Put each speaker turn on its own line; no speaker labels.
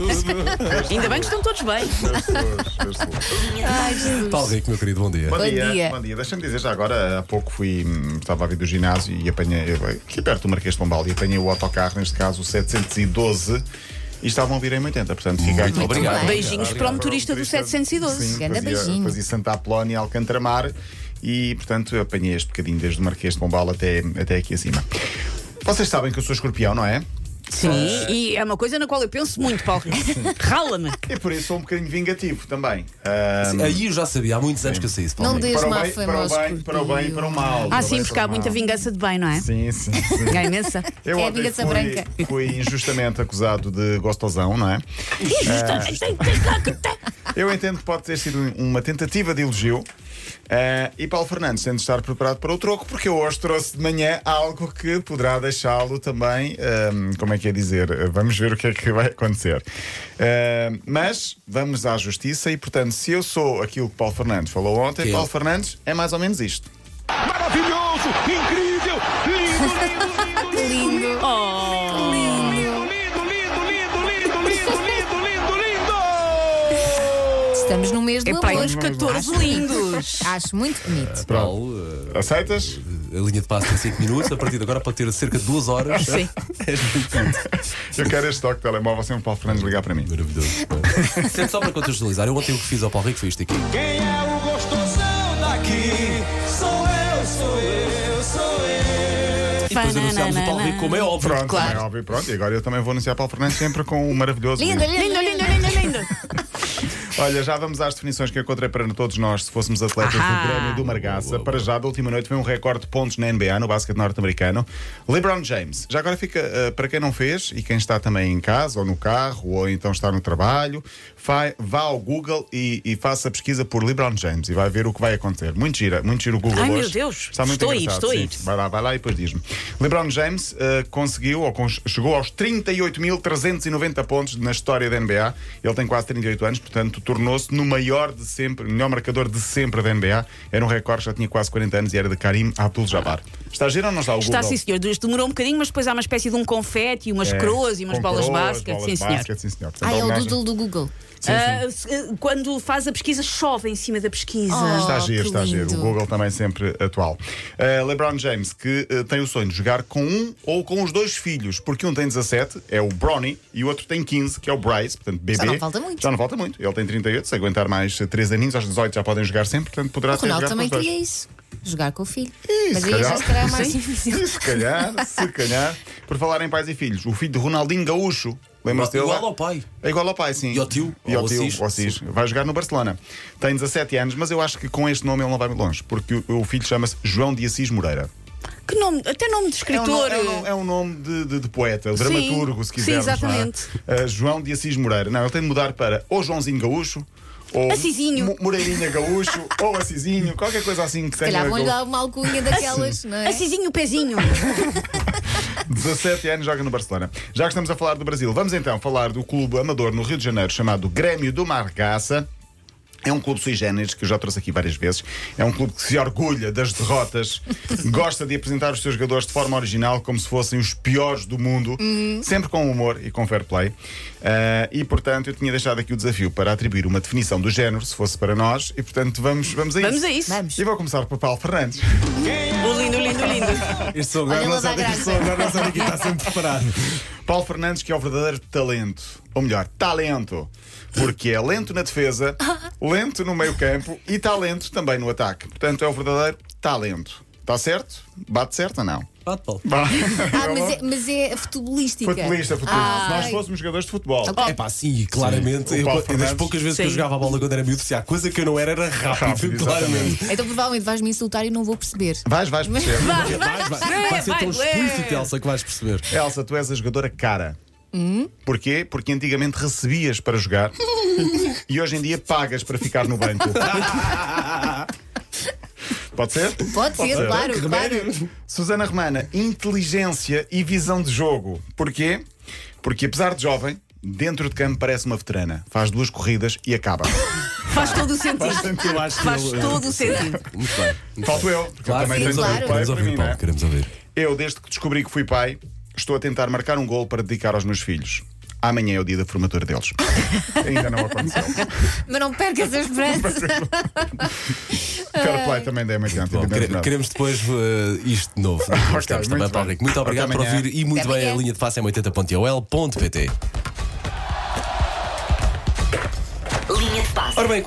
tudo.
Ainda bem que estão todos bem.
Pessoas, pessoas.
Ai, Jesus.
Paulo Rico, meu querido, bom dia.
Bom, dia.
dia.
Bom dia. Deixa-me dizer já agora, há pouco fui, hum, estava a vir do ginásio e apanhei, eu- aqui perto do Marquês de Pombal, e apanhei o autocarro, neste caso o 712, e estavam a vir em 80, portanto fica aqui.
obrigado. bem.
Beijinhos para um motorista do 712.
Sim,
Ganda
fazia,
beijinho.
fazia Santa Apolónia, Alcantramar e, portanto, eu apanhei este bocadinho desde o Marquês de Pombal até, até aqui acima. Vocês sabem que eu sou escorpião, não é?
Sim, e é uma coisa na qual eu penso muito, Paulo Rico. Rala-me.
E por isso sou um bocadinho vingativo também. Ah,
Aí eu já sabia, há muitos anos que eu sei isso. Paulo
Não
Rico.
para,
dê-
o
Desde
bem,
má
para o
fama,
bem, para o bem e para o mal.
Ah,
Para o
sim,
bem,
porque
para
há
o
muita
mal.
vingança de bem, não é?
Sim, sim, sim.
Há imensa.
Eu
É a
ontem
vingança
fui,
branca.
fui injustamente acusado de gostosão, não é? Eu entendo que pode ter sido uma tentativa de elogio. eh, e Paulo Fernandes tem de estar preparado para o troco, porque eu hoje trouxe de manhã algo que poderá deixá-lo também. ehm, como é que é dizer? Eh, Vamos ver o que é que vai acontecer. Eh, mas vamos à justiça, e portanto, se eu sou aquilo que Paulo Fernandes falou ontem,
Que?
Paulo Fernandes é mais ou menos isto.
Maravilhoso, incrível, lindo, lindo, lindo,
Lindo.
Oh,
lindo, lindo, lindo, lindo, lindo, lindo, lindo,
Oh.
lindo.
Estamos no mês do
é para
amor.
uns 14 lindos.
Acho muito bonito.
Paulo, eh,
Aceitas?
a linha de passo tem 5 minutos, a partir de agora pode ter cerca de 2 horas. É
Sim.
Eu quero este toque de telemóvel sem o Paulo Fernandes ligar para mim.
Maravilhoso. Sempre só para contextualizar, eu ontem o que fiz ao Paulo Rico foi isto aqui.
Quem é o gostosão daqui? Sou eu, sou eu, sou eu.
E depois anunciámos o Paulo Rico, como é óbvio.
Pronto,
Claro.
também é óbvio. Pronto, e agora eu também vou anunciar Paulo Fernandes sempre com o maravilhoso.
Lindo,
livro.
lindo,
Lindo, lindo, lindo, lindo.
Olha, já vamos às definições que eu encontrei para todos nós, se fôssemos atletas
Ahá.
do Grêmio e do Margaça. Para já, da última noite, foi um recorde de pontos na NBA, no basquete norte-americano. LeBron James. Já agora fica, eh, para quem não fez, e quem está também em casa, ou no carro, ou então está no trabalho, fa- vá ao Google e, e faça a pesquisa por LeBron James e vai ver o que vai acontecer. Muito gira, muito giro o Google
Ai, meu
hoje.
Deus.
Está muito
Estou a ir,
engraçado,
estou a
sim.
ir.
Vai lá, vai lá e depois diz-me. LeBron James eh, conseguiu, ou cons- chegou aos 38.390 pontos na história da NBA. Ele tem quase 38 anos, portanto, tornou-se no maior de sempre, melhor marcador de sempre da NBA. Era um recorde, já tinha quase 40 anos e era de Karim Abdul-Jabbar. Está giro ou não está o
Está
Google?
sim, senhor. Demorou um bocadinho, mas depois há uma espécie de um confete, umas croas e umas
É, com
bolas
croas,
basket.
bolas
Sim, senhor.
basket, sim, senhor. Portanto,
Ah, é o
homenagem-
doodle do Google.
Sim, sim.
Ah, se- eh, quando faz a pesquisa, chove em cima da pesquisa.
Oh.
Está a giro,
que
está a giro. O
lindo.
Google também sempre atual. Uh, LeBron James, que uh, tem o sonho de jogar com um ou com os dois filhos, porque um tem 17, é o Bronny, e o outro tem 15, que é o Bryce, portanto, bebê.
não falta muito.
Já não falta muito. Ele tem 38, se aguentar mais 3 aninhos, aos 18 já podem jogar sempre, portanto, poderá
O
ter
Ronaldo
jogar
também
com os dois.
queria isso. Jogar com o filho.
Ih,
Mas
se
aí já
calhar.
se calhar é mais
Sim.
difícil.
Se calhar, se calhar. Por falar em pais e filhos, o filho de Ronaldinho Gaúcho, lembra-se dele?
Igual ao pai.
É igual ao pai, sim.
E ao tio,
E
ao
ao tio,
Assis.
ao Assis. Vai jogar no Barcelona. Tem 17 anos, mas eu acho que com este nome ele não vai muito longe, porque o, o filho chama-se João de Assis Moreira.
Que nome, até nome de
É um, no-
escritor.
é um no- é um nome de, de- de poeta, dramaturgo, se
Sim,
quisermos. não é?
exatamente.
Ah, João de Assis Moreira. Não, ele tem de mudar para ou Joãozinho Gaúcho. Ou
Assisinho.
Mo- Moreirinha Gaúcho, ou Assisinho, qualquer coisa assim que
Se
tenha.
calhar vão-lhe
Gaúcho.
dar uma alcunha daquelas, não é?
Assisinho o pezinho. Oh,
17 anos joga no Barcelona. Já que estamos a falar do Brasil, vamos então falar do clube amador no Rio de Janeiro chamado Grêmio do Margaça. É um clube sui generis, que eu já trouxe aqui várias vezes. É um clube que se orgulha das derrotas, gosta de apresentar os seus jogadores de forma original, como se fossem os piores do mundo,
Uhum.
sempre com humor e com fair play. Ah, e, portanto, eu tinha deixado aqui o desafio para atribuir uma definição do género, se fosse para nós, e, portanto, vamos, vamos a isso.
Vamos a isso.
Vamos.
E vou começar por Paulo Fernandes.
O lindo, lindo, lindo.
Este som
Olha,
agora
ele dá graça.
não sabe aqui, está sempre preparado.
Paulo Fernandes, que é o verdadeiro talento. Ou melhor, talento. Porque é lento na defesa, lento no meio-campo e talento também no ataque. Portanto, é o verdadeiro talento. Está certo? Bate certo ou não?
Pronto, Paulo.
Ah, mas é, mas é futebolística.
Futebolista, futebolista.
Ah,
Se nós
ok.
fôssemos jogadores de futebol.
É pá, sim, e claramente.
Sim, o
eu-
Paulo
eu, das
Fernandes.
poucas vezes que eu
Sim.
jogava a bola quando era miúdo, se há coisa que eu não era, era rápido,
Rápido,
claramente.
Então provavelmente vais-me insultar e não vou perceber.
Vais, vais perceber.
Vai, vai, vai, ser tão
vai,
explícito, Elsa, que vais perceber.
Elsa, tu és a jogadora cara.
Hum?
Porquê? Porque antigamente recebias para jogar e hoje em dia pagas para ficar no banco. Pode ser?
Pode ser,
ser.
claro, claro.
Susana Romana, inteligência e visão de jogo. Porquê? Porque apesar de jovem, dentro de campo parece uma veterana. Faz duas corridas e acaba.
Faz todo o sentido.
Eu acho que
Faz
ele-
todo o sentido.
Muito bem. muito
Falto eu, porque eu também
sim,
tenho
claro.
direito
Queremos
para mim,
ouvir,
não é?
Paulo, queremos ouvir.
Eu, desde que descobri que fui pai, estou a tentar marcar um gol para dedicar aos meus filhos. Amanhã é o dia da formatura deles. Ainda não aconteceu.
Mas não percas a esperança.
Fair play também da M80.
Bom, quere-
evidentemente.
queremos depois eh, isto de novo. Depois temos também,
muito
Paulo
bem.
Rico. Muito
Até
obrigado por
amanhã.
ouvir e muito
Até
bem a
amanhã.
linha de face é 80.ol.pt.
Linha de passe.
Ora bem,